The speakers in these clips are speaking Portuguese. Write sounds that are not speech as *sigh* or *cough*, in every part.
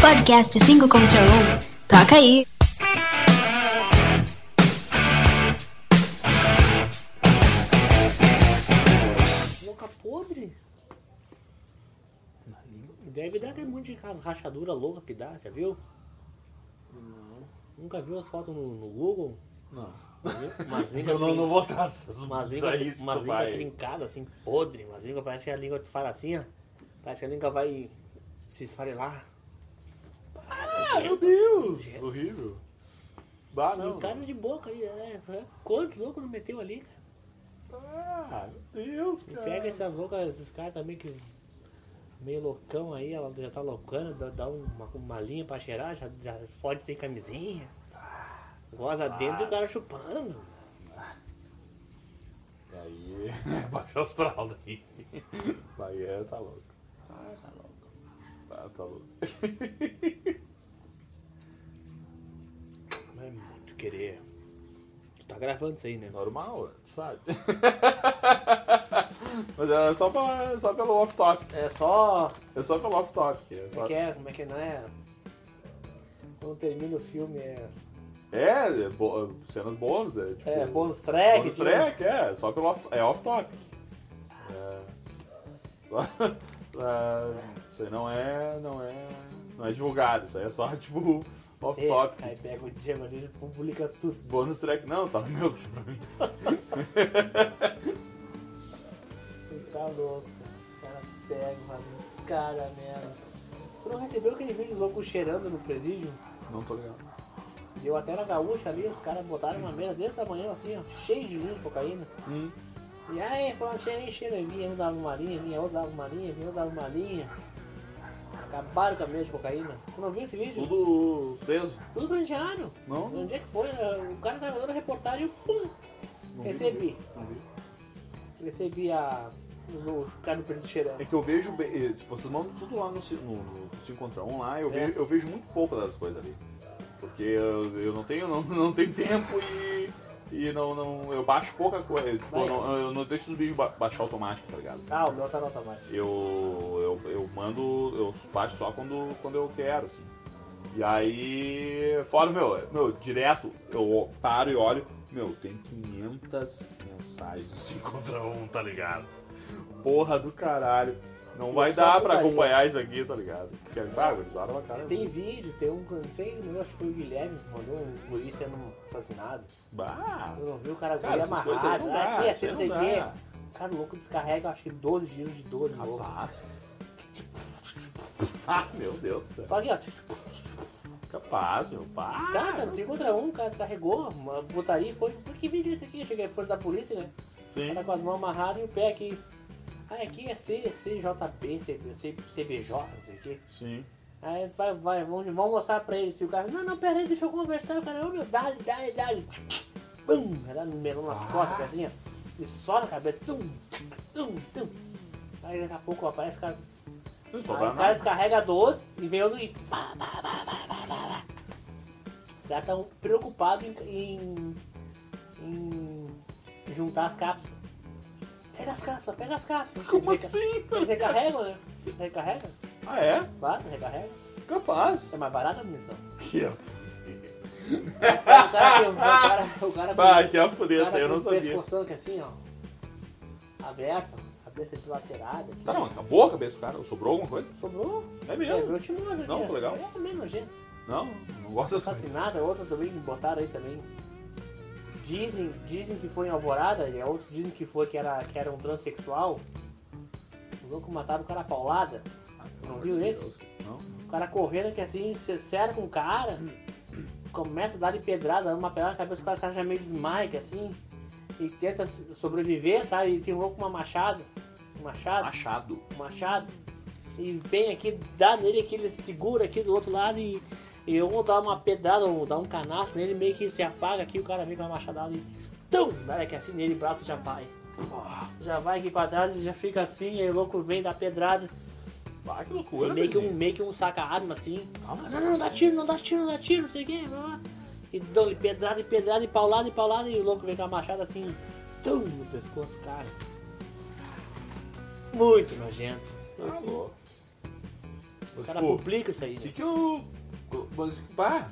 Podcast 5 contra 1. Toca aí. Boca podre? Deve dar aquele monte de aquelas rachaduras loucas que dá, já viu? Não, Nunca viu as fotos no, no Google? não. *laughs* Mas Eu não, não vou traçar essas Umas umas línguas aí, trin- isso umas tu línguas vai. trincadas, assim, podre. Umas línguas parece que a língua tu fala assim, ó. Parece que a língua vai se esfarelar. Ah, meu Deus! Horrível. Bah, não. E o cara de boca aí, é, é. Quantos loucos não meteu ali, cara? Ah, meu Deus, E cara. pega essas loucas, esses caras também que. Meio loucão aí, ela já tá loucando, dá, dá uma, uma linha pra cheirar, já, já fode sem camisinha. Goza dentro e o cara chupando. Aí *laughs* é baixo astral daí. Aí é, tá louco. Ah, tá louco. Tá, tá louco. Não é muito querer. Tu tá gravando isso aí, né? *laughs* Normal, tu sabe? *laughs* Mas é só, pela, só pelo off-top. É só. É só pelo off-top. É, Como só... é que é? Como é que não é? Quando termina o filme é. é, é bo- cenas boas. É, tipo, É, bônus track. Bonus tipo, track, é, só pelo off, é off-top. É, *laughs* é, isso aí não é, não é, não é divulgado, isso aí é só *laughs* tipo é, off-top. Aí pega o Diego ali e publica tudo. Bônus track não, tá no meu *laughs* livro pra mim. Você tá louco, cara. O cara pega, faz cara mesmo. Tu não recebeu aquele vídeo louco cheirando no presídio? Não tô ligado. Deu até na gaúcha ali, os caras botaram uma mesa desse tamanho assim, ó, cheio de linha de cocaína. Hum. E aí, falando, cheira aí, cheira aí, vinha, um dava uma linha, vinha, outro dava uma linha, vinha, outro dava uma linha. Acabaram com a mesa de cocaína. Tu não viu esse vídeo? Tudo preso? Tudo presidiário. Não? não Onde é que foi? O cara tava dando reportagem, pum, vi, Recebi. não vi. recebi a... o cara do presídio cheirando. É que eu vejo, be- eh, se vocês mandam tudo lá no 5 contra 1 lá, eu, É. vejo, eu vejo muito pouco das coisas ali. Porque eu, eu não tenho, *laughs* não, não tenho tempo e, e não, não, eu baixo pouca coisa. Tipo, Vai. eu não, eu não deixo os vídeos ba- baixar automático, tá ligado? Ah, o meu tá nota mais. Eu, eu, eu mando, eu baixo só quando, quando eu quero, assim. E aí, fora, meu, meu, direto, eu paro e olho, meu, tem 500 mensagens no 5 contra 1, tá ligado? Porra do caralho. Não vai só dar pra putaria. acompanhar isso aqui, tá ligado? Porque, ah, gurizada pra caralho. Tem vídeo, tem um tem um negócio, acho que foi o Guilherme que mandou um guri sendo assassinado. Bah, Eu não vi o cara, cara, cara essas coisas aí amarrado, não né? dá, Aqui, isso assim, aí não sei o não quê. dá. Cara, o louco descarrega, acho que 12 giros de 12 louco. Capaz. Ah, meu Deus do céu. Só aqui, ó. Tipo, Capaz, meu pá. tá, tá, não sei contra um, o cara descarregou, uma putaria e foi. Por que vídeo isso aqui? Eu cheguei fora da polícia, né? Sim. Tá com as mãos amarradas e o pé aqui. Ah, aqui é C, CJB, C- C- CBJ, não sei o quê. Sim. Aí vai, vai, vamos, vamos mostrar pra ele se o cara. Não, não, pera aí, deixa eu conversar, o cara. é Ô meu, dá-lhe, dá-lhe, dá-lhe. Bum! Vai dar no melão nas Ah. costas, assim, ó. E só na cabeça. Tum, tum, tum. Aí daqui a pouco aparece o cara. Não Aí sobra o cara nada. descarrega 12 e vem outro e. pá, pá, pá, pá, pá, pá, pá. Os caras estão preocupados em, em- em juntar as cápsulas. Pega as cápsulas, pega as cápsulas. Como Eles reca- assim, cara? Eles recarregam, né? Recarrega? Ah, é? Claro, recarrega. Capaz. É mais barata a munição. Que a O cara, um- o cara, o *laughs* cara, Bah, com, que a fuder, o essa cara aí eu Tá com não o sabia. pescoção que assim, ó. Aberto, cabeça dilacerada. Tá, não, acabou a cabeça do cara. Sobrou alguma coisa? Sobrou. tipo É Sobrou mesmo? timoso aqui. Não, ó. tá legal. É menos gente. Não, não gosto dessas coisas. Assassinada, outra também, que botaram aí também. Dizem, dizem que foi em Alvorada, e outros dizem que foi que era, que era um transexual. O louco mataram o cara a paulada. Ah, Não viu esse? Não. O cara correndo aqui assim, se cerca um cara, começa a dar de pedrada, dando uma pedrada na cabeça, do cara, o cara já meio desmaia que assim, e tenta se- sobreviver, sabe? E tem um louco com uma machado, um machado, Machado. um machado, e vem aqui, dá nele aqui, ele segura aqui do outro lado e, e ou dá uma pedrada, ou dá um canaço nele, meio que se apaga aqui, o cara vem com uma machadada e tum, dá aqui assim nele, o braço já vai. Ah, Já vai aqui pra trás e já fica assim, aí o louco vem, dá pedrada. Ah, que loucura. Meio que, um, Pedrinho. meio que um saca-arma assim. Ah, Ah, mas Não, não, não dá tiro, não dá tiro, não dá tiro, não sei o que. E dão e pedrada, e pedrada, e paulada, e paulada, e o louco vem com a machada assim, tum, no pescoço, cara. Muito nojento. Tá louco. assim. Os Mas, caras tipo, publicam isso aí, O que né? que o. Mas, pá,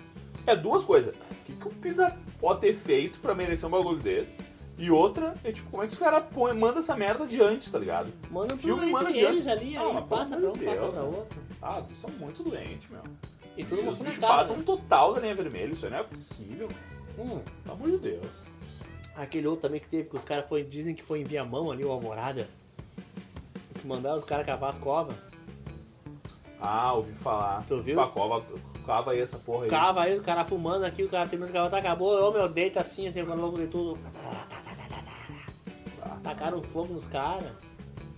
é duas coisas. O que, que o Pida pode ter feito pra merecer um bagulho desse? E outra é tipo, como é que os caras põem- mandam essa merda adiante, tá ligado? Manda tudo filme, entre manda eles ali, Ah, aí mas passa pra pelo um, amor de passa Deus, pra né? outro. Ah, eles são muito doentes, meu. E tudo os mostrando a bichos cara. passam um total da linha vermelha, isso aí não é possível. Hum. Pelo amor de Deus. Aquele outro também que teve, que os caras foi- dizem que foi em Viamão ali, o Alvorada. Eles mandaram os caras cavar as covas. Ah, ouvi falar. Tu viu? Pá, cova, cava aí essa porra aí. Cava aí, o cara fumando aqui, o cara terminou de cavar, tá, acabou, ô meu, deita assim, assim, quando logo de tudo. Tacaram fogo nos caras.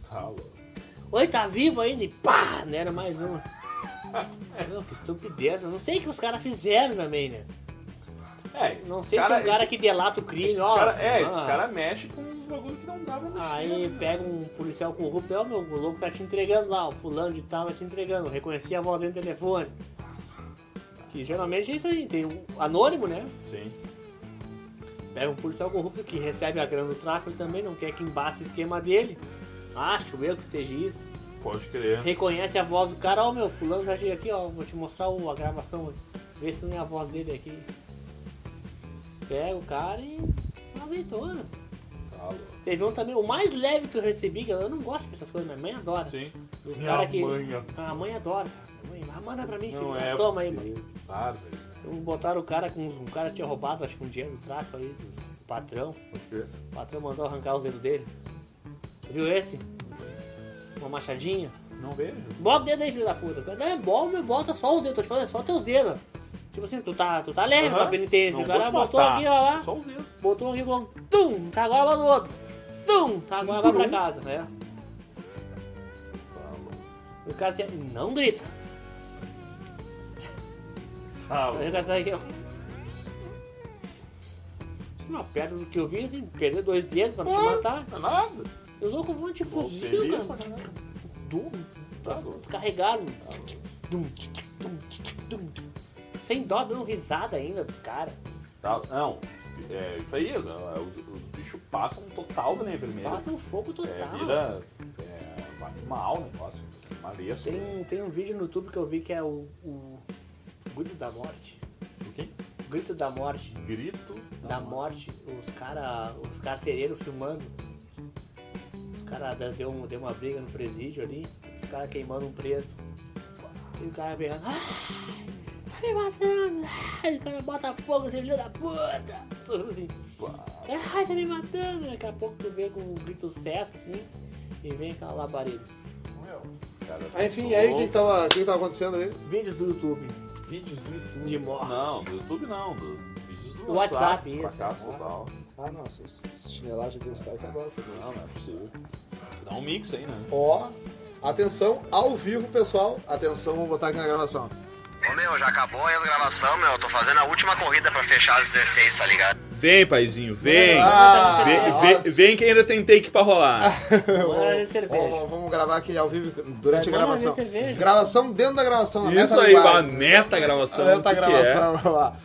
Tá louco. Oi, tá vivo ainda? E pá, não era mais uma. Não, que estupidez, eu não sei o que os caras fizeram também, né? É, esse Não sei cara, se o cara esse, que delata o crime, esse ó. cara- é, esse ah, cara mexe com uns bagulho que não dava mexer. Aí né? pega um policial corrupto, ó, meu, o louco tá te entregando lá, o fulano de tal tá te entregando, eu reconheci a voz dele no telefone. Que geralmente é isso aí, tem o anônimo, né? Sim. Pega um policial corrupto que recebe a grana do tráfico ele também, não quer que embaça o esquema dele. Acho eu que seja isso. Pode crer. Reconhece a voz do cara, ó meu, fulano já chega aqui, ó, vou te mostrar o- a gravação, vê se não é a voz dele aqui. Pega o cara e azeitona. Tá louco. Teve um também, o mais leve que eu recebi, que eu não gosto dessas coisas, minha mãe adora. Sim. Do Minha cara que. mãe adora. A mãe adora. A mãe, ah, manda pra mim, filho. Não Ah, é Toma aí, mãe. possível. Claro, velho. Então, botaram o cara com. O cara tinha roubado, acho que um dinheiro do tráfico aí, do, do patrão. Pode crer. O patrão mandou arrancar os dedos dele. Viu esse? Uma machadinha. Não né? vejo. Bota o dedo aí, filho da puta. Não é bom, mas bota só os dedos, tô te falando, é só teus dedos. Tipo assim, tu tá, tu tá leve, Aham. tá penitência. Não O cara vou te botou matar. aqui, ó lá. Só os dedos. Botou um rigon, tum, tá agora lá no outro. Tum, tá agora Um vai por pra um. casa, né? Tá louco. O cara assim, não grita. Tá Aí o louco. cara sai aqui, ó. Uma pedra do que eu vi, assim, perder dois dedos pra não te matar. Não é nada. Os loucos vão te Tô um fuzil, feliz pra cara. caralho. Dum, Tá louco. descarregaram. Dum, dum, dum, dum. Sem dó, dando risada ainda dos caras. Tá, não. É isso aí. não, é, Os, os bichos passam um total da linha vermelha. Passa um fogo total. É, vira é, animal o negócio. Maleço. Tem, um- tem um vídeo no YouTube que eu vi que é o, o Grito da Morte. O quê? Grito da Morte. Grito da morte, os cara, os carcereiros filmando. Os caras deu, um- deu uma briga no presídio ali, os caras queimando um preso. E o cara pegando, "Ai, tá me matando, ai", o cara bota fogo, você filho da puta. Tudo assim, ai, tá me matando. Daqui a pouco tu vê com um grito sucesso assim, e vem aquela labareda. Cara, Ah, enfim, aí o que, que, tava, o que que tava acontecendo aí? Vídeos do YouTube Vídeos né? do YouTube. de morte. *laughs* Não, do YouTube não, dos vídeos do Do WhatsApp, isso. isso, Fracasso é. total. Ah, nossa, essas chinelagens tem uns caras que adoram fazer Não, isso. não é possível. Dá um mix aí, né? Ó, atenção, ao vivo, pessoal. Atenção, vou botar aqui na gravação. Ô meu, já acabou aí as gravações, meu. Eu tô fazendo a última corrida pra fechar as 16, tá ligado? Vem, paizinho, vem. Ah, Vem- vem- vem que ainda tem take pra rolar. Bora de é cerveja. Vamos, vamos gravar aqui ao vivo durante a Vai tomar gravação. minha cerveja. Gravação dentro da gravação. na Isso meta aí, a linguagem. meta gravação. Dentro o da que que é? gravação, olha lá.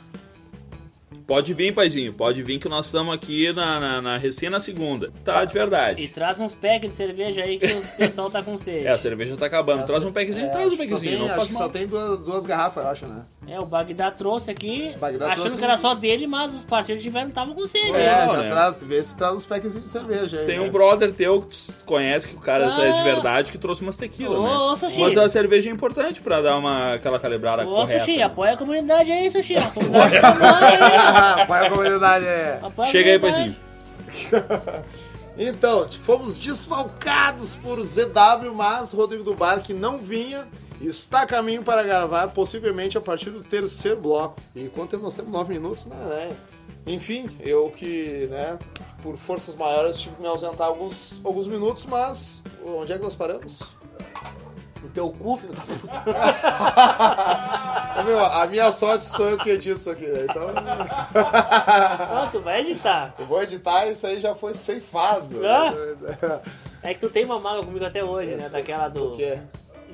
Pode vir, paizinho, pode vir que nós estamos aqui na, na, na recém na segunda. Tá, de verdade. E traz uns packs de cerveja aí que o pessoal tá com sede. É, a cerveja tá acabando. Traz um packzinho, traz um é, Só packzinho, tem, não acho faz que mal. só tem duas, duas garrafas, eu acho, né? É, o Bagdá trouxe aqui, Bagdá achando trouxe que era só dele, mas os parceiros tiveram, estavam com sede. É, né? É, já né? traz, vê se traz uns packzinhos de cerveja aí. Tem *laughs* um né? brother teu que tu conhece, que o cara é de Ah. verdade, que trouxe umas tequila, Ô, né? ô, sushi. Mas a cerveja é importante pra dar uma, aquela calibrada Ô, correta. Sushi, né? apoia a comunidade aí, Sushi. A comunidade tá online, *laughs* hein? Vai a comunidade é. Apoia a Chega aí, comunidade. paizinho. *laughs* Então, fomos desfalcados por ZW, mas Rodrigo do Bar, que não vinha, está a caminho para gravar, possivelmente a partir do terceiro bloco. E quanto tempo nós temos? Nove minutos? Né? né? Enfim, eu que, né, por forças maiores tive que me ausentar alguns, alguns minutos, mas onde é que nós paramos? O teu cu, filho da puta. *laughs* Ô, meu, a minha sorte sou eu que edito isso aqui, né? Então, *laughs* Ah, tu vai editar. eu vou editar isso aí já foi ceifado. Ah? É que tu tem uma mágoa comigo até hoje, né? Daquela do... *laughs* Porque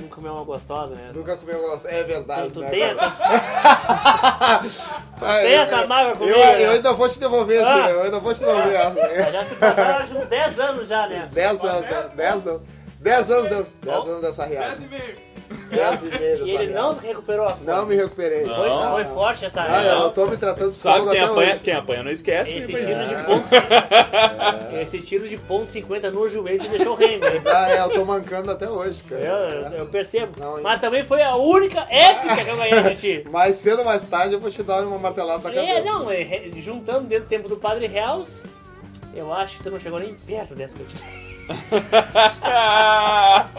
Nunca comeu uma gostosa, né? nunca comeu gosto. É verdade, Tu, tu né? tem, cara? essa- *laughs* Ah, Tem eu- essa eu- mágoa comigo, Eu, né? eu ainda vou te devolver essa, Ah. eu ainda vou te devolver assim. essa. *laughs* já se passaram acho, uns 10 anos já, né? 10 anos, 10 anos. 10 anos, dessa- 10 anos dessa real. 10 e meia. E ele não se recuperou as Não me recuperei. Foi, Não. foi né? forte essa. Ah, eu tô me tratando de Sabe, psicólogo quem até apanha, hoje. Ah, quem apanha não esquece. Esse *laughs* né, *laughs* pai? tiro, de ponto, esse tiro de ponto 50 no joelho te deixou rengo. hein? *laughs* Ah, é, eu tô mancando até hoje, Eu, cara. eu- eu percebo. Não, hein? Mas também foi a única épica que eu ganhei de *laughs* ti. Mais cedo ou mais tarde eu vou te dar uma martelada na cabeça. É, não, é, re- juntando desde o tempo do Padre Reals, eu acho que tu não chegou nem perto dessa que eu te dei. É,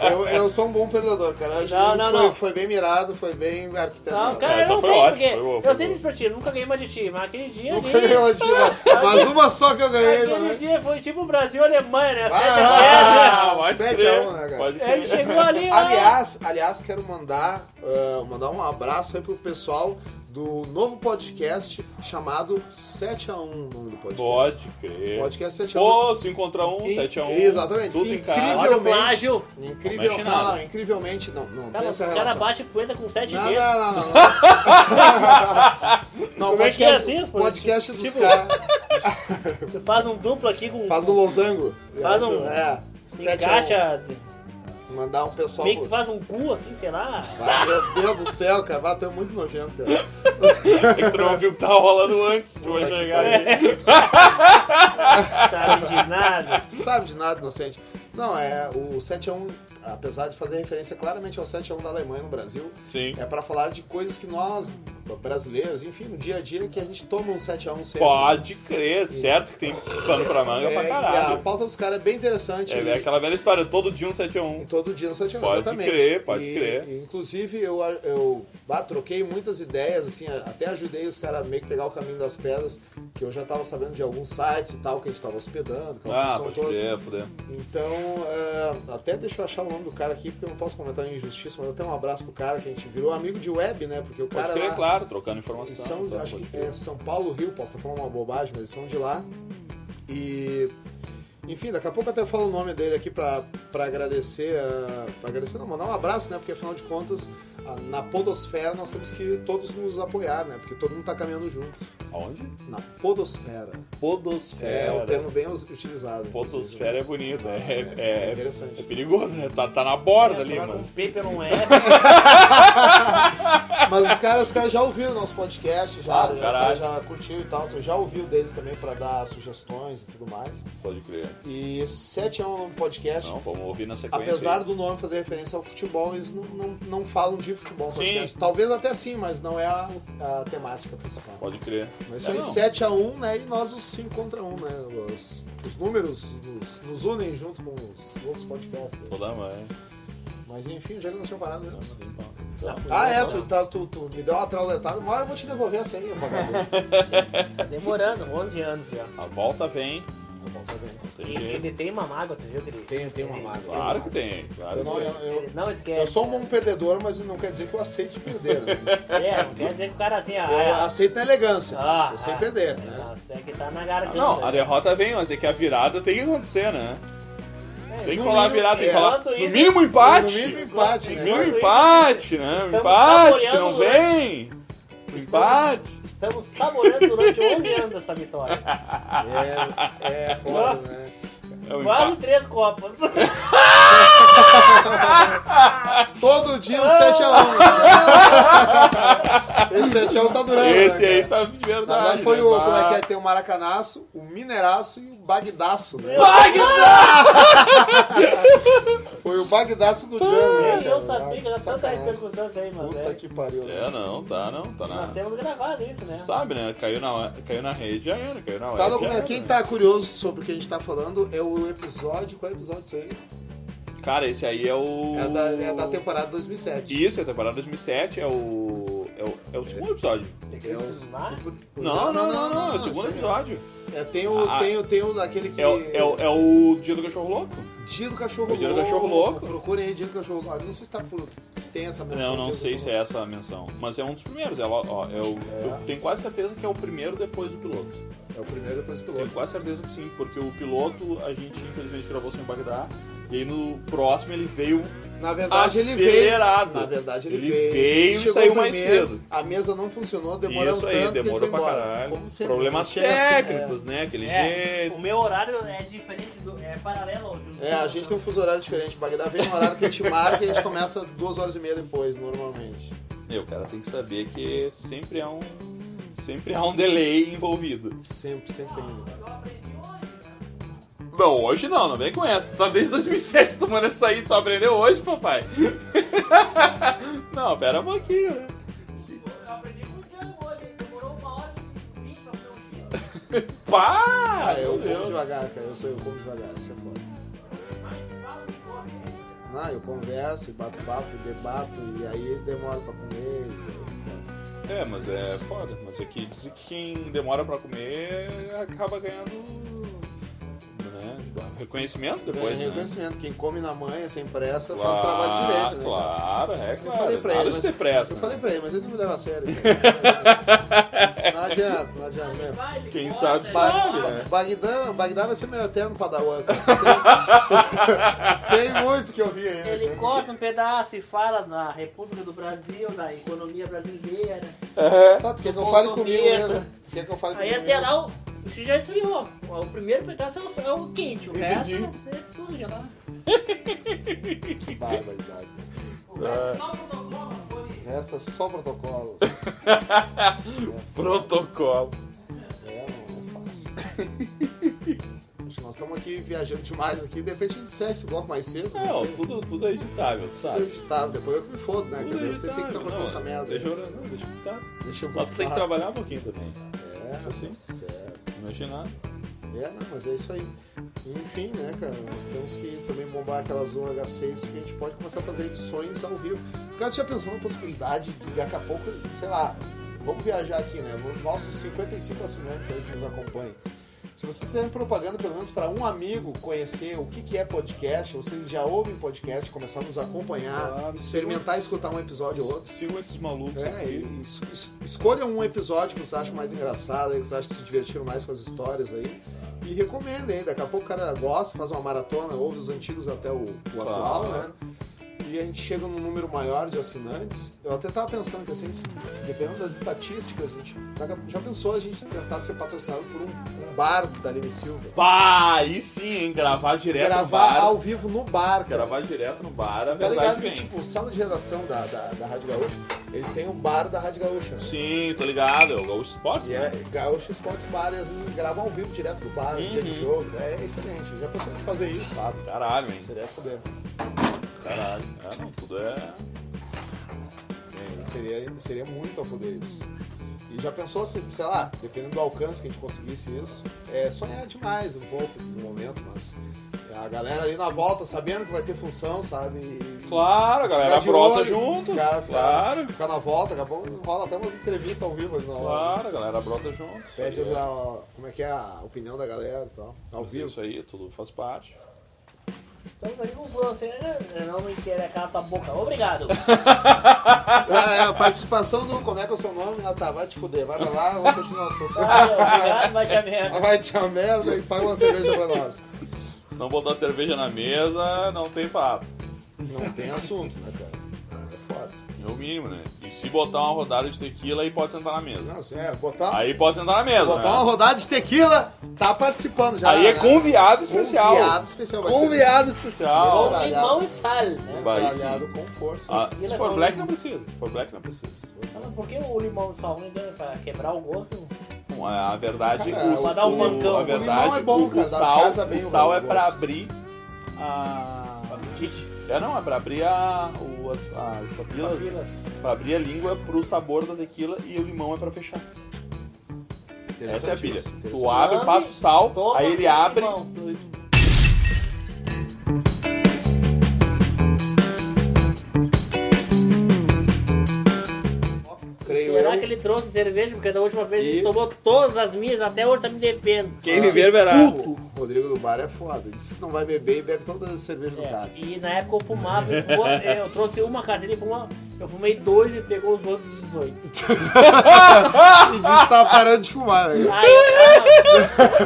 Eu, eu sou um bom perdedor, cara. Eu acho Não, que não, foi, não. foi bem mirado, foi bem arquitetado. Não, *laughs* cara, eu essa não foi sei ótima, porque. foi boa, foi eu sei boa. disso pra ti, eu nunca ganhei mais de ti, mas aquele dia Nunca ali. ganhei uma diva. Mas uma só que eu ganhei, Aquele né? dia foi tipo Brasil e Alemanha, né? Vai, Sete a zero, né? vai, vai. Ah, pode Sete crer, a um, né, cara? pode Ele crer. chegou ali, ó. Aliás, aliás, quero mandar, ah, mandar um abraço aí pro pessoal do novo podcast chamado 7x1, o nome do podcast. Pode crer. Podcast 7x1. Pô, 5 contra 1, In- 7 um, a 1. exatamente. Tudo em Incrível. casa. olha o plágio. Não Incrível, mexe não, nada. não, incrivelmente, não, não Tá, tem mas essa o cara relação. bate cuenta com sete Não, vezes. não, *laughs* não, não. Não, Como é que é podcast, assim, pô? podcast dos Tipo- caras. Tu faz um duplo aqui com. Faz um losango. Faz um- É, 7 a 1. Encaixa. Mandar um pessoal. Meio que tu pro- faz um cu assim, sei lá. Ah, meu Deus do céu, cara, vai ter muito nojento, *laughs* cara. É que tu não viu o que tava rolando antes de eu chegar aí. Sabe de nada. Sabe de nada, inocente. Não, é o 7x1, apesar de fazer referência claramente ao 7x1 da Alemanha no Brasil, Sim. é pra falar de coisas que nós, brasileiros, enfim, no dia a dia, que a gente toma um 7x1 sempre. Pode crer, certo que tem pano pra manga É, pra e a caralho. pauta dos caras é bem interessante. É E- aquela velha história, todo dia um 7 a E 1. todo dia no Santiago, Pode exatamente. crer, pode E- crer. e, inclusive, eu, eu bah, troquei muitas ideias, assim, a- até ajudei os caras meio que pegar o caminho das pedras, que eu já tava sabendo de alguns sites e tal, que a gente tava hospedando, aquela Ah, função pode toda. crer, fuder. Então, é, até deixa eu achar o nome do cara aqui, porque eu não posso comentar em injustiça, mas até um abraço pro cara que a gente virou amigo de web, né? Porque o Pode cara crer, lá claro, trocando em informação. São, então, acho pode que crer. é São Paulo, Rio, posso estar falando uma bobagem, mas eles são de lá. E enfim, daqui a pouco até eu falo o nome dele aqui pra, pra agradecer, ah, pra agradecer, não, mandar um abraço, né? Porque afinal de contas, ah, na podosfera nós temos que todos nos apoiar, né? Porque todo mundo tá caminhando junto. Aonde? Na podosfera. É, Podosfera. um termo bem us- utilizado. né? né? Podosfera é bonito, é, É é, é, interessante. perigoso, né? Tá, tá na borda ali, Troca um mas. P *laughs* pelo um F. Mas os caras, os caras já ouviram nosso podcast, já, Ah, já, caralho. já curtiu e tal, já ouviu deles também pra dar sugestões e tudo mais. Pode crer. E 7 é um nome podcast. Não, vamos ouvir na sequência. Apesar aí. do nome fazer referência ao futebol, eles não, não, não falam de futebol no Sim. podcast. Talvez até sim, mas não é a, a temática principal. Pode crer. Mas É, são não. 7 a 1 né? E nós os 5 contra 1, né? Os, os números nos, nos unem junto com os outros podcasts. Toda mãe. Mas enfim, já que nós tínhamos parado mesmo. Então, né? Ah, é, tu, tá, tu, tu me deu uma trauletada. Uma hora eu vou te devolver essa aí, *laughs* vagabundo. Tá demorando, 11 anos já. A volta vem. Tem Ele, jeito. ele tem uma mágoa, tu viu, querido? Tem, tem uma mágoa. Claro que tem. Claro Eu que não, eu, tem. eu, Ele não esquece. eu sou um bom perdedor, mas não quer dizer que eu aceite perder. Né? É, não quer dizer que o cara assim, *laughs* ah, Eu é, aceito na elegância. Ah, eu sei ah. perder, né? nossa, é que tá na garganta. Não, a derrota vem, mas é que a virada tem que acontecer, né? Tem que É, no rolar a mínimo- virada, tem que é. rolar. Enquanto No isso- mínimo empate! No mínimo empate, né? No mínimo Enquanto empate, né? estamos Empate, que não saboreando vem! Empate! Estamos saboreando durante 11 anos essa vitória. É, é foda, né? É um Quase empate. três copas. Todo dia um 7x1. *laughs* Né? Esse 7x1 tá durando. Esse né, aí cara? tá de verdade. Na verdade foi né? o. Como é que é? Bah. Tem o Maracanaço, o Mineraço e o Bagdaço, né? Foi o Bagdaço do Django, né? Nem cara? eu sabia que era tanta Sacanagem. repercussão isso aí, mas Puta é. que pariu. né? É, não, tá, não, tá Nós na. temos gravado isso, né? Sabe, né? Caiu na, caiu na rede, já era, caiu na Tá web. já documentado. era, Quem né? tá curioso sobre o que a gente tá falando é o episódio. Qual é o episódio isso aí? Cara, esse aí é o. É da, é da temporada 2007. Isso, é a temporada 2007, é o. É o, é o segundo episódio. É o- Desmar? Não, não, não, não, é o isso segundo aí. episódio. É, tem o, Ah. tem, o, tem o daquele que. É, o- é, o- é o Dia do Cachorro Louco? Dia do É Cachorro o Louco. Dia do Cachorro Louco. Procurem aí Dia do Cachorro Louco. Não sei se, tá por, se tem essa menção. Não, não Dia do sei se Cachorro é essa a menção. Mas é um dos primeiros. Ela, ó, é o- Eu tenho quase certeza que é o primeiro depois do piloto. Louco. É o primeiro depois do Tenho piloto. quase certeza que sim, porque o piloto a gente infelizmente gravou sem Bagdá. E aí no próximo ele veio Na verdade, ele veio. Tá acelerado. Na verdade, ele, Ele veio. veio e Chegou saiu mais primeiro, cedo. A mesa não funcionou, demorou Isso aí, tanto que ele foi demorou pra embora. caralho. Como sempre, Problemas chega assim, técnicos, né? Aquele É, jeito. o meu horário é diferente do. É paralela. ó, É, a gente tem um fuso horário diferente. Bagdá vem no horário que a gente marca e a gente começa duas horas e meia depois, normalmente. Meu, o cara tem que saber que sempre há um. Sempre há um delay envolvido. Sempre, sempre tem. Não, hoje não, não vem com essa. Tu Tá desde 2007 tomando essa aí, só aprendeu hoje, papai. *laughs* não, pera um pouquinho, né? Eu aprendi com o Django hoje, ele demorou uma hora e vinte pra fazer um X. Pá! Ah, eu meu como Deus. devagar, cara. Eu sou eu como devagar, isso é foda. Não, eu converso, e bato papo, e debato, e aí demora pra comer. e- É, mas é foda. Mas é que dizer que quem demora pra comer acaba ganhando. Né, reconhecimento depois, Tem né? reconhecimento. Quem come na manha, sem pressa, faz Claro, trabalho direito, né? cara? Claro, é claro. Eu falei pra Nada ele. de mas- ter pressa, Eu né? *laughs* falei pra ele, mas ele não me leva a sério. não adianta, não adianta mesmo. Vai, ele Quem corta, sabe, ele sabe. Ba- Olha. Ba- Bagdá, Bagdá vai ser meu eterno padawan. cara. Tem, *laughs* tem muito que eu vi né? ainda. né? Ele cara. corta um pedaço e fala na República do Brasil, da economia brasileira. É, Tá, tu quer que Eu eu fale sou comigo Pietro. mesmo? Tu quer que eu fale Aí comigo até mesmo? lá o você já esfriou. O primeiro pedaço é o, é o quente, o resto Entendi. é tudo gelado. Que barbaridade. corta, Só protocolo, vou ali. Resta só *laughs* protocolo. Protocolo. É, não, não *laughs* faço. Acho que Nós estamos aqui viajando demais aqui, de repente a gente encerra esse bloco mais cedo. Não, tudo, tudo é editável, tu sabe? Tá, depois eu que me fodo, né? Tudo é cara? Eu tenho que editável. estar não, cortando essa merda. Tá Deixa eu não, deixa eu botar. Deixa eu Mas tu tem que botar. né? trabalhar um pouquinho também. É, assim. certo. Imaginar. É, não, mas é isso aí. Enfim, né, cara, nós temos que também bombar aquela zona H6 que a gente pode começar a fazer edições ao vivo. Cara, tu já pensou na possibilidade de daqui a pouco, sei lá, vamos viajar aqui, né? Os Nossos 55 assinantes aí que nos acompanham. Se vocês fizerem propaganda, pelo menos para um amigo conhecer o que, que é podcast, ou vocês já ouvem podcast, começar a nos acompanhar, Claro, experimentar escutar um episódio ou outro. Sigam esses malucos É, aqui. e es- es- escolha um episódio que vocês acham mais engraçado, que vocês acham que se divertiram mais com as histórias aí. E recomendem aí. Daqui a pouco o cara gosta, faz uma maratona, ouve os antigos até o, o atual, né? Claro. E a gente chega num número maior de assinantes. Eu até tava pensando que assim, dependendo das estatísticas, a gente daqui a- já pensou a gente tentar ser patrocinado por um, um bar da Lime Silva. Pá, aí sim, hein? Gravar direto no Gravar bar. ao vivo no bar, cara. Gravar direto no bar, a Tá verdade ligado que, vem. tipo, sala de redação da, da, da Rádio Gaúcha, eles têm um bar da Rádio Gaúcha. né? Sim, tô ligado. É o Gaúcho Sports. E é Gaúcho Sports Bar e às vezes gravam ao vivo direto do bar, no dia de Uhum. jogo. É excelente. Já pensou em fazer isso? Sabe? Caralho, hein? Seria foder. Caralho. É, não, tudo é. É, seria, seria muito a foder isso. E já pensou, se, sei lá, dependendo do alcance que a gente conseguisse isso, é sonhar demais um pouco no momento, mas a galera ali na volta, sabendo que vai ter função, sabe? E Claro, a galera Ficar de brota olho, junto. ficar- ficar- claro, ficar na volta, daqui a pouco rola até umas entrevistas ao vivo ali na hora. claro, a galera brota junto. Isso Pede aí é- a, como é que é a opinião da galera e tal. Ao mas vivo. Isso aí, é tudo faz parte. Estamos aqui com o Bronzeira, né? não me quer cala tua boca. *laughs* Obrigado. Ah, é, a participação do. Como é que é o seu nome? Ah, tá, vai te fuder, vai pra lá, vamos continuar o assunto. *laughs* Valeu, obrigado, vai te a merda. Ah, vai te a merda e paga uma cerveja pra nós. Se não botar cerveja na mesa, não tem papo. Não tem assunto, né, cara? É foda. É o mínimo, né? E se botar uma rodada de tequila, aí pode sentar na mesa. Não, assim, é, botar, Aí pode sentar na mesa. botar uma né? rodada de tequila, tá participando já. Aí é né? conviado especial. Conviado especial, vai ser. Conviado *laughs* especial. Ou limão e sal, né? Vai Trabalhado sim. com força. Ah, se for black, não precisa. Se for black, não precisa. Então, Por que o limão e sal? Não engana, pra quebrar o gosto? Bom, é, a a verdade, Cara, o, pra dar um o- mancão. a O limão verdade, é bom, o, cara, o dá- sal, casa bem o o sal é gosto. pra abrir a... É, não, é pra abrir a, o- as, as papilas, Papilas. pra abrir a língua pro sabor da tequila e o limão é pra fechar. Essa é a pilha. Tu abre, passa o sal, Toma aí ele com abre... limão. Creio Será eu. que ele trouxe cerveja? Porque da última vez E- ele tomou todas as minhas, até hoje tá me devendo. Quem viver tá verá. O Rodrigo do bar é foda. Disse que não vai beber e bebe todas as cervejas do cara. É, e na época eu fumava, eu, fumo- é, eu trouxe uma carteira e fuma- eu fumei dois e pegou os outros 18. E disse que tava parando de fumar, né? *laughs* velho. Aí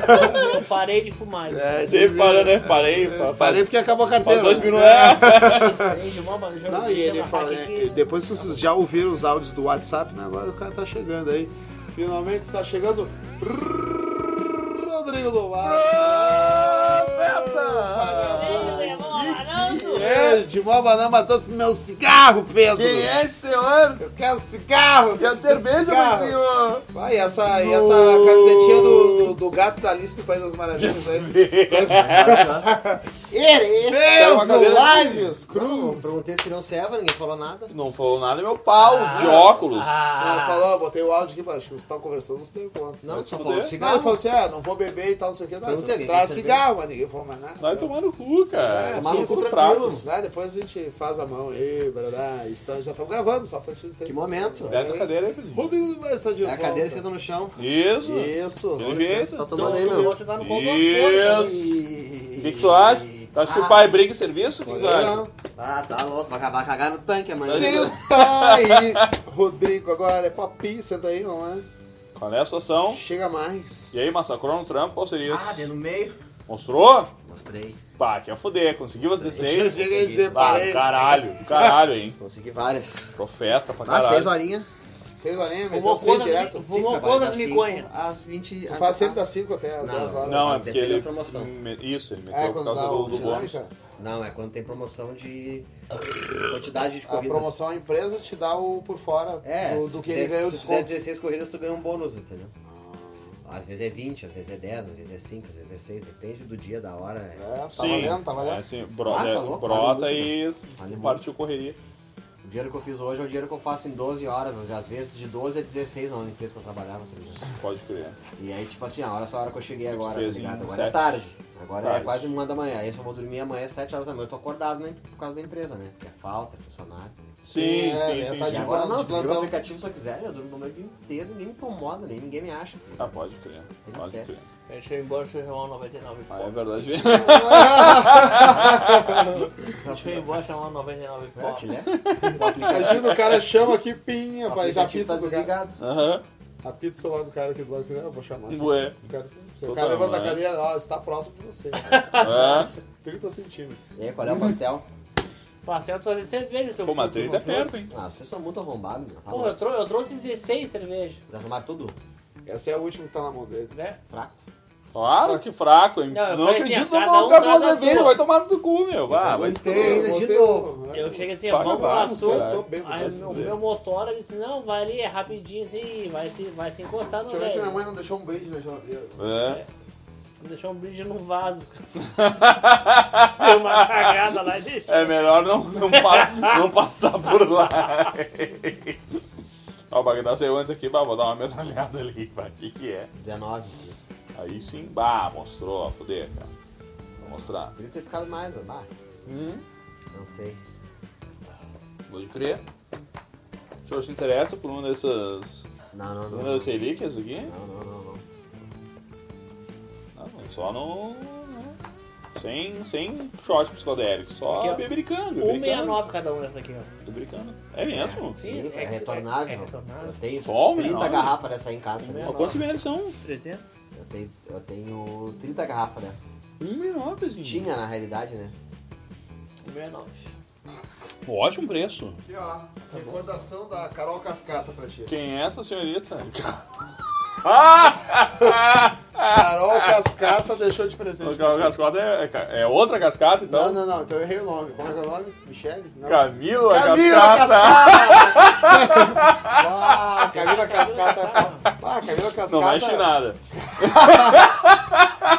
ah, eu, eu parei de fumar. É, Você disse- para, né? Parei, Eu faz- Parei porque acabou a carteira. Faz dois né? minutos. É. Parei de fumar, mas eu já Não, não e ele chama fala, aqui né, que- tá depois que vocês já ouviram os áudios do WhatsApp, né, agora o cara tá chegando aí. É. Finalmente está chegando Rodrigo Lomar. Vagabundo! Leonardo! É, de mó banana matou os meus cigarros, Pedro! Quem é esse senhor? Eu quero cigarro! E a cerveja, meu Cigarro. senhor? *laughs* Vai, essa, e essa camisetinha do, do, do gato da Alice do País das Maravilhas aí. Ere! Deus, o camiseta. Lives Não, eu Cruz! perguntei se não serva, ninguém falou nada. Não falou nada, meu pau, de óculos. Ela falou, ó, botei o áudio aqui embaixo, que vocês estavam conversando, não se deu conta. Ah. Não, só te falou fuder? de Não, ele cigarro. falou assim, ah, não vou beber e tal, não sei o que. Não, Perguntei, então alguém traz quer cigarro, mas ninguém falou mais nada. Vai tomar no cu, cara. É, É, tomar no maluco cu cu tranquilo. fraco. Né? Depois a gente faz a mão aí, brará, e está, já estamos gravando, só pra gente ter. Que momento. Pega a cadeira aí, presidente. Rodrigo do Mar está de É a volta. cadeira tá senta no chão. Isso. Isso. Pelo jeito. Você tá Então, tomando aí, meu. vou sentar no colo das coisas. Então, O que, que tu acha? Tu acha que o pai briga em serviço? O que, que tu acha? Não. Ah, tá louco, vai acabar cagar no tanque amanhã. Ah, Senta aí, Rodrigo, agora é papi, senta aí, vamos lá. Qual é a situação? Chega mais. E aí, massacrou no trampo? Qual seria Ah, deu isso? no meio. Mostrou? Mostrei. Pá, que ia foder. Conseguiu as Eu 16? cheguei a dizer, Ah, parei. caralho. do Caralho, hein? Consegui várias. Profeta pra Ah, seis caralho. horinhas. Seis horinhas, meteu Fumou seis quantas, direto. Sim, fumou trabalho quantas das cinco miconhas? Às 20. às- Faz sempre das 5 até as Não. 10 horas. Não, é Mas porque depende ele... da promoção. me- Isso, ele meteu É, por quando dá causa do, o do bônus. dinâmica, Não, é quando tem promoção de quantidade de a corridas. promoção a empresa te dá o por fora É, do, se do tu que ele fizer, ganhou de se tu fizer desconto. 16 corridas, tu ganha um bônus, entendeu? Às vezes é 20, às vezes é 10, às vezes é 5, às vezes é 6, depende do dia, da hora. É, é. tá Sim. valendo, tá valendo. É, sim, bro- Ah, tá é, louco, brota vale e Vale muito. partiu correria. O dinheiro que eu fiz hoje é o dinheiro que eu faço em 12 horas, às- às vezes de 12 a 16 na empresa que eu trabalhava, por exemplo. Pode crer. E aí, tipo assim, a hora só a hora que eu cheguei agora, tá fez em ligado? Agora é sete. tarde. Agora é Tarde. quase uma da manhã. Aí eu só vou dormir amanhã às 7 horas da manhã. Eu tô acordado, né? Por causa da empresa, né? Porque é falta, é funcionário. né? Sim, é, sim, é, sim. tá E de sim. agora boa, não, de tu liga o plantão. aplicativo se eu quiser, eu durmo no meu dia inteiro, ninguém me incomoda, nem ninguém me acha. Ah, pode crer. Pode crer. Deixa eu ir embora, deixa eu chamar o 99 Ah, é pau. verdade. *laughs* Deixa eu ir embora, chamar o 99 É, pau. *laughs* te leva. O aplicativo, *laughs* Imagina o cara chama aqui, pinha, o vai já aplicativo apita tá do cara. desligado. Aham. Um Apita o celular do cara aqui do lado, que né? eu vou chamar. Ué. O cara, se o Tô cara tá, levanta a né? cadeira, ó, está próximo de você. É. 30 centímetros. E aí, qual é *laughs* o pastel? Passei a trazer cerveja, seu Pô, mas puto, 30 é não trouxe. perto, hein? Ah, vocês são muito arrombados, meu. Tá Pô, eu, louco. trou eu trouxe 16 cervejas, Já tomaram tudo? Essa é a última que tá na mão dele. né? Fraco. Claro que fraco, hein? Não, eu Não, falei assim, acredito no ó, cada mal um cara traz a fazer dele, sua. vai tomar no cu, meu. Ah, vai Muito ter. ainda de botei novo. o- Eu cheguei assim, Paga vamos barato, lá, sua. será? Eu tô bem, Aí o Pode meu, dizer. meu motora disse, não, vai ali, é rapidinho assim, vai se, vai se encostar no Deixa eu ver se minha velho. mãe não deixou um brinde na geladeira. É. Deixou um brinde no *laughs* vaso. Deu uma cagada lá e *laughs* deixou. É melhor não, *laughs* não, pa- não passar por lá. Ó, o Bagdá saiu antes aqui, bah, vou dar uma metralhada ali, *laughs* vai. O que, que é? 19 dias. Aí sim, bah, mostrou, ó, fuder, cara. Vou mostrar. Podia ter ficado mais, né? Bah, Hum? cansei. Pode crer. O senhor se interessa por uma dessas. Não, não, não. Uma dessas relíquias é aqui? Não, não, não, não. Não, só não. não. Sem, sem shot psicodélico, só Aqui, ó. bebericando. bebericando. 1,69 cada uma dessa aqui, ó. Bebericando. É mesmo? Sim, é é, que- retornável. é retornável. Eu tenho Só o 30 menor. garrafas dessa aí em casa. né? Ó, Quantos ml são? 300? Eu tenho, eu tenho 30 garrafas dessas. Hum. Um menor, pezinho. Tinha, na realidade, né? 1,69. Ótimo preço. Aqui, ó. Tá Recordação da Carol Cascata pra ti. Quem é essa senhorita? Ah! Carol Cascata deixou de presente. O ca- o cascata é, é ca- é outra cascata, então? Não, não, não. Então eu errei o nome. Como é que é o nome? Michele? Não. Camila, Camila Cascata. *laughs* Ah, Camila Cascata. Ah, Camila Cascata. Não mexe em nada.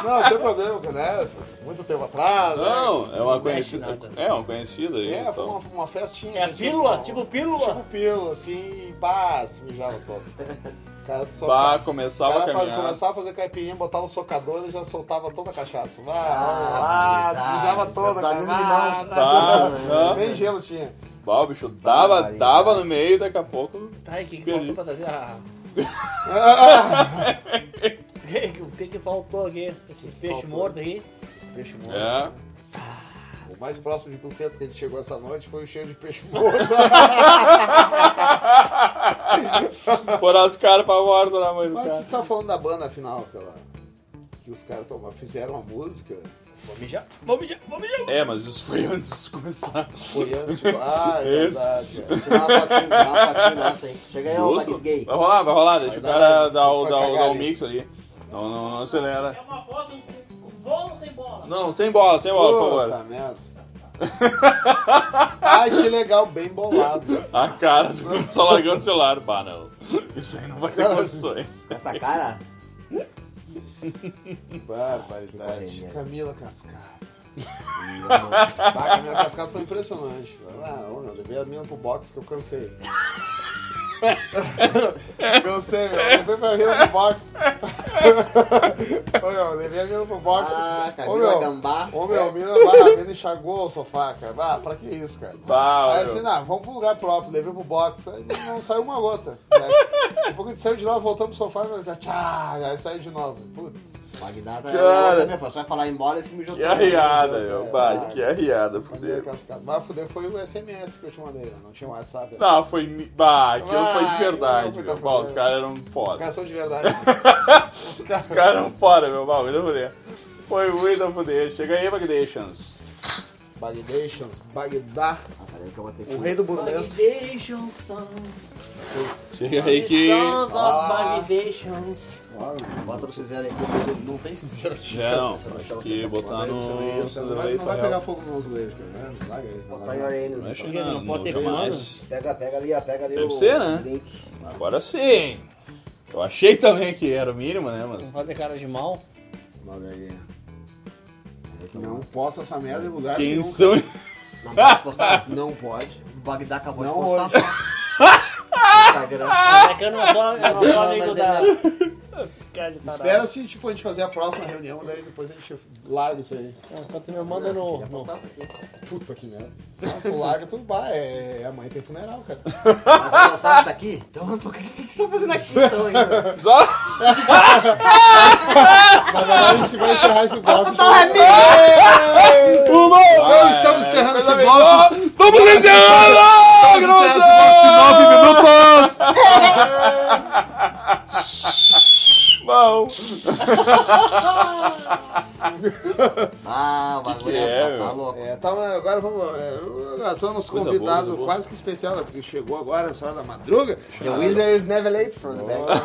Não, não tem problema, né? Muito tempo atrás. né? Não, é uma Não mexe conhecida. nada. É uma conhecida aí. É, foi uma, então. uma festinha. É a né, pílula, tipo tipo pílula. tipo pílula, assim, e pá, se mijava *laughs* todo. O cara só. Pra o começar a cara faz- caminhar. começava a fazer caipirinha, botava o socador e já soltava toda a cachaça. Vai, Ah, ah, se mijava tá, toda, tá cara. vendo que não, Ah, Tá, tá. Nem gelo tinha. Bah, o bicho dava, Barbaridade. dava no meio e daqui a pouco. Tá, e o que, que Perdi. faltou pra trazer? *laughs* Ah, *laughs* o que- o que, que faltou aqui? Esses peixes faltou? mortos aí? Esses peixes mortos. É. *laughs* O mais próximo de concerto que a gente chegou essa noite foi o cheiro de peixe morto. Foram as caras pra morta na mãe do Mas o cara. que tá falando da banda afinal, aquela. Que os caras toma- fizeram uma música. Vou mijar, vou mijar, vou mijar. É, mas isso foi antes de começar. Foi *laughs* antes de. Ah, é Esse. verdade. cara. Tirar uma fotinha, tirar uma fotinha nossa aí. Chega aí, ô, Justo? marido gay. Vai rolar, vai rolar, deixa Vai o dar, cara vai. dar o, Vai dar, o, cagar dar o ali. mix ali. Não, não, não acelera. É uma foto com bolo sem bola. Não, sem bola, sem bola, por favor. Puta tá merda. *laughs* Ai, que legal, bem bolado. A cara do *laughs* só largando o celular. Bah, não. Isso aí não vai ter condições. Com essa *laughs* cara, Barbaridade. Olha, Camila Cascado. não, Bah, Camila Cascado foi impressionante. Ah, ô, meu, levei a mina pro box que eu cansei. *laughs* cansei, meu. Levei pra mina pro box. *laughs* ô, meu, levei a mina pro box. Ah, ô, Camila meu. Gambá. Ô meu, a mina, bah, a mina enxagou o sofá, cara. Bah, pra que isso, cara? Bah, Aí meu. assim, não, vamos pro lugar próprio, levei pro box, aí não, não saiu uma gota. Né? Depois que a gente saiu de lá, voltamos pro sofá, mas, tchá, aí saiu de novo. Putz. Bagdá tá Cara. também, pô. Só vai falar embora esse mijou Que todo. arriada, Deus, meu. é, Bah, cara. que arriada, Cadê fudeu. cascada? Mas fuder foi o SMS que eu te mandei, né? não tinha WhatsApp. né? Não, foi. mi- Bah, aquilo foi de Ah, verdade, não, foi meu. da Bah, os fudeu. caras eram Os foda. caras são *laughs* de verdade. Os caras Os caras eram foda, meu. Bah, muito fuder. Foi muito fuder. Chega aí, Magdations. Bagdations, Bagdá, Ah, peraí que eu vou ter que... o rei do burlesco. Validation Sons. Chega aí que. Sons Ah. of Validations. Bota o cinzeiro aí. que eu- Não tem cinzeiro aqui. Já é, não. Você não Acho chama que o botar telefone, no. você Isso, isso, não vai, não vai pegar fogo nos leis, cara, né? Vai, vai, vai. Botar em orelhas. tá Mexe Por quê? Não não, pode ser não fumado? jamais. Pega, pega ali, ó, pega ali Deve o ser, né? drink. Agora sim. Eu achei também que era o mínimo, né? Mas. Fazer cara de mal. Logo aí. Não posta essa merda em lugar Quem nenhum. são. Não Ah! pode postar. Não pode. O Bagdá acabou Não de postar. no *laughs* Instagram. Mas é que eu não sou, eu não Mas é, sou amigo mas da. tá é- Esse cara de tarado. Espera se tipo, a gente fazer a próxima reunião, daí depois a gente larga isso aí. Não, Enquanto me manda no. é Queria no- postar isso aqui. Puta que merda. Então, Nossa, tu larga, tu vai. É, amanhã tem funeral, cara. Mas você não sabe daqui? Então, por que, que você tá fazendo aqui então, hein? meu? Mas agora a gente vai encerrar esse bloco. tá Ah, é Vai, estamos encerrando coisa esse bloco. melhor. Estamos encerrando! Vamos encerrar esse bloco de nove minutos. *laughs* Bom, Ah, o bagulho que é, é, tá, tá meu? louco. É, tá, mas agora vamos. É, agora nosso Coisa convidado boa, coisa boa. quase que especial, né? porque chegou agora essa hora da madruga. The Wizard is never late from the back.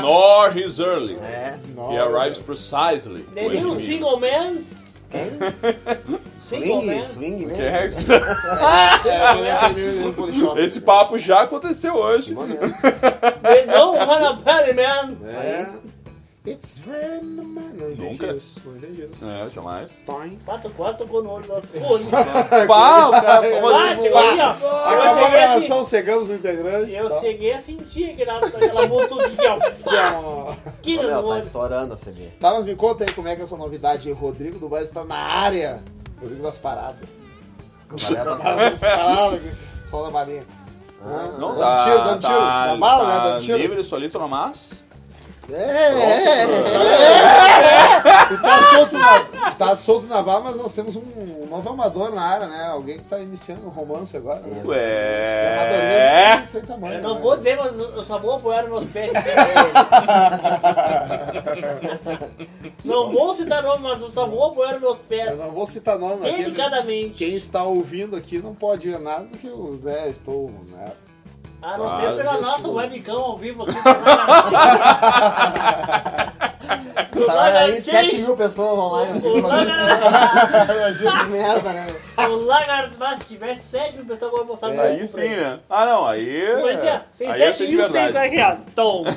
nor his early. É. He arrives precisely. Nenhum when he um single man. Single Swing, man. swing mesmo. leaves. É, ele aprendeu no Polishop. Esse papo já aconteceu hoje. Momento. They don't wanna party man. É. It's random, man. Não entendi Nunca. isso. Não entendi isso. É, jamais. Time. Bata quatro com o olho das cores. Pau, cara. pô, Ah, mas- chegou aqui, ó. Eu é Acabou a cheguei assim- gravação, cegamos o integrante. Eu tá? cheguei a sentir que ela, ela botou o dia, ó. Então, Que Ô, meu, tá nervoso. estourando a CB. Tá, mas me conta aí como é que é essa novidade. Rodrigo do Bairro está na área. Rodrigo das Paradas. Com a galera tá- Das Paradas aqui. Sol na balinha. Ah, Não dando tá. tiro, dando tiro. tá- Na bala, né? tá Dando tiro. Livre, solito, no mas. E tá solto, na, tá solto na bala, mas nós temos um novo amador na área, né? Alguém que tá iniciando o romance agora. É. Né? É. Ué. Amadorismo sem tamanho, Eu não né? vou dizer, mas eu só vou apoiar meus pés. não vou citar nome, mas eu só vou apoiar meus Eu pés. não vou citar nome aqui. Quem Delicadamente. está ouvindo aqui não pode ver nada que eu né, estou. Né? A não ser Ah, pela Jesus. nossa webcam ao vivo aqui. Tá aí 7 mil pessoas online. O Lagarto, Que merda, né? o Lagarto, mas se tivesse 7 mil pessoas, eu vou postar no meu Aí cu sim, pra ele. né? Ah, não, aí. Mas é, tem aí 7 essa é de mil, tem verdade. cara que, ó, *laughs* toma.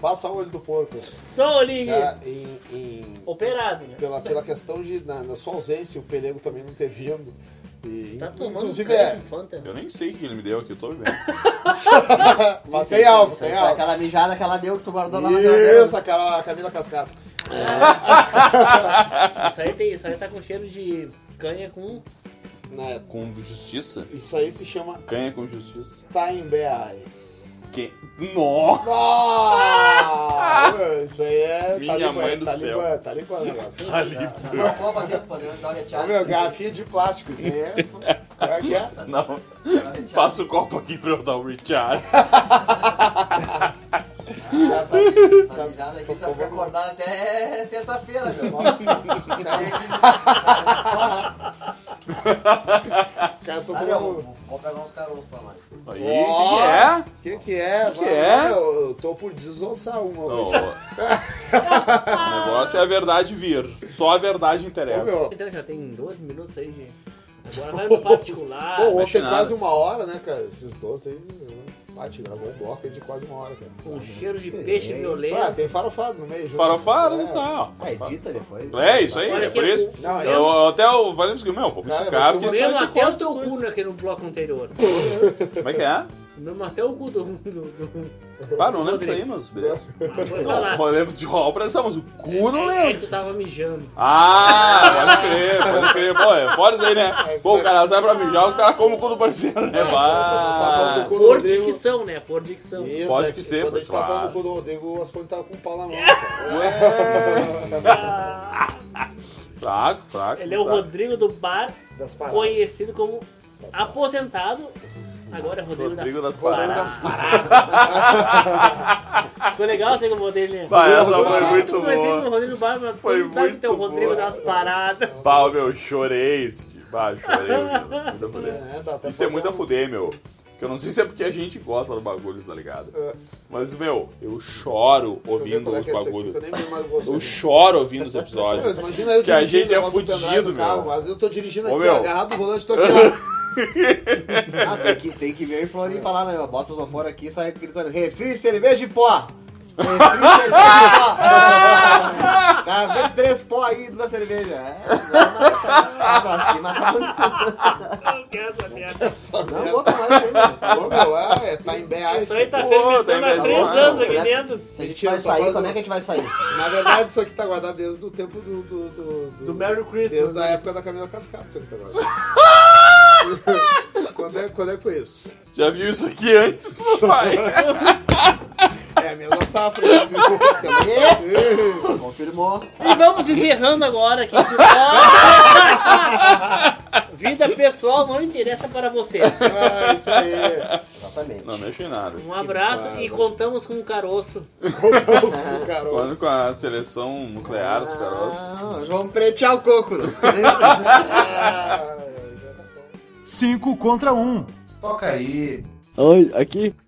Passa o olho do porco. Só ali, Cara, em- em- operado, né? pela, pela questão de, na, na sua ausência, o Pelego também não ter vindo. E, Tá tomando um inclusive, cara é, de Fanta. Eu nem sei o que ele me deu aqui, eu tô vendo. mas Sim, tem sim, algo, isso aí tem foi algo. Aquela mijada que ela deu que tu guardou lá na Isso, geladeira. a Carol- a Camila Cascata. Isso aí, tem, isso aí tá com cheiro de canha com... Né? *laughs* Com justiça? Isso aí se chama Canha com justiça. Time Bears. Que... Nossa! Ah, isso aí é. Minha tá mãe do tá céu. Língua, tá língua o negócio. Não, como aqui as panelas, dá uma Ó, reteada. meu, garrafinha Tá de plástico, isso aí é. Como é que é? Não. Passa o copo aqui pra eu dar o Richard. Essa, essa mijada aqui tá pra acordar até terça-feira, meu. Fica aí. caras estão Tá, meu, tomando. vou, vou pegar uns caroços pra nós. Aí, Ó. o que que é? O que, que é? Que que é? Vai, meu, eu tô por desossar uma Não, hoje. o negócio é a verdade vir. Só a verdade Ô, interessa. meu, Então já tem 12 minutos aí de. Agora vai *laughs* no Ah, particular. pô, ontem nada. quase uma hora, né, cara? Esses doces aí. né? Bate, gravou um bloco aí de quase uma hora, cara. um cheiro de Sei. peixe Ah, violento. tem farofado no meio. junto. Farofado tá. É. e tal. Ah, edita depois. É isso aí, Olha é aqui, por isso. Não, Eu, é. até eu falei pro meu, vou Cara, buscar, vai ser porque uma- Comendo tá- até o teu cu naquele no bloco anterior. Como é que é? Comendo até o cu do. do, do... Ah, não lembro disso aí, mas beleza. Mas foi lá. Não, eu lembro de qual pressão, mas o cu não É, lembro. tu tava mijando. Ah, pode crer, pode crer. Pô, é fora isso aí, né? Pô, o cara sai pra mijar, os caras comem o cu do parceiro, É, né? Ah, Vai. quando Por Rodrigo- dicção, né? Por dicção. Isso, Pode é que ser, Quando a gente claro. tá falando com o Rodrigo, o Aspone tava com o *laughs* pau na mão. cara. Fraco, fraco. Ah, Ele é o fraco. Rodrigo do Bar, Das paradas. conhecido como aposentado. Agora é Rodrigo, Rodrigo das Rodrigo paradas. das paradas. das... Ficou Ah, legal você com o modelo, né? Bah, essa Eu foi tô muito conhecido como boa. é Rodrigo do Bar, mas Foi todo mundo sabe que tem o muito Rodrigo boa. das paradas. Pau, meu, chorei. isso de- Bah, chorei. meu. *laughs* Muito a fuder. É, dá pra Isso é fazer muito a um- fuder, meu. Que eu não sei se é porque a gente gosta do bagulho, tá ligado? É. Mas, meu, eu choro Deixa eu ver ouvindo qual é os que é esse aqui, que bagulhos. Eu nem vi mais você. Eu choro ouvindo os episódios. Imagina eu Que a dirigindo, gente é eu boto o pendrive fudido, no carro, meu. Mas eu tô dirigindo Ô, aqui, meu. ó, agarrado no *laughs* volante, tô aqui, ó. Ah, tem que, tem que vir em Floripa lá, né, meu? Bota os opor aqui e sai gritando, refri, cerveja de pó! Refri, cerveja de pó! Cara, vem três pó aí, duas cerveja. É, não, tá pra cima, tá pra- Não quero essa merda. Essa Não, merda. bota mais aí, meu. Tá Ô, louco? meu, é, é, tá em BA Isso isso. aí tá Pô, tá fermentando há invejando, três né? anos aqui dentro. Se a gente Mentira, vai só sair, faz como um- é que a gente vai sair? Na verdade, isso aqui tá guardado desde o tempo do... Do, do, do- Do Merry Christmas. né? Desde a época da Camila Cascata, isso aqui *laughs* tá guardado. quando, é, quando é que foi isso? Já viu isso aqui *laughs* antes, papai? *laughs* É a mesma safra. *laughs* assim, pô. Confirmou. E vamos encerrando agora *laughs* aqui. de- Vida pessoal não interessa para vocês. ah, isso aí. Exatamente. Não é mexe em nada. Um abraço e contamos com o caroço. Voltamos com o Quando caroço. com a seleção nuclear dos caroços. Ah, nós vamos pretear o *laughs* coco. *laughs* né? É. Ah, já tá bom. 5 contra 1. Toca aí. Oi, aqui.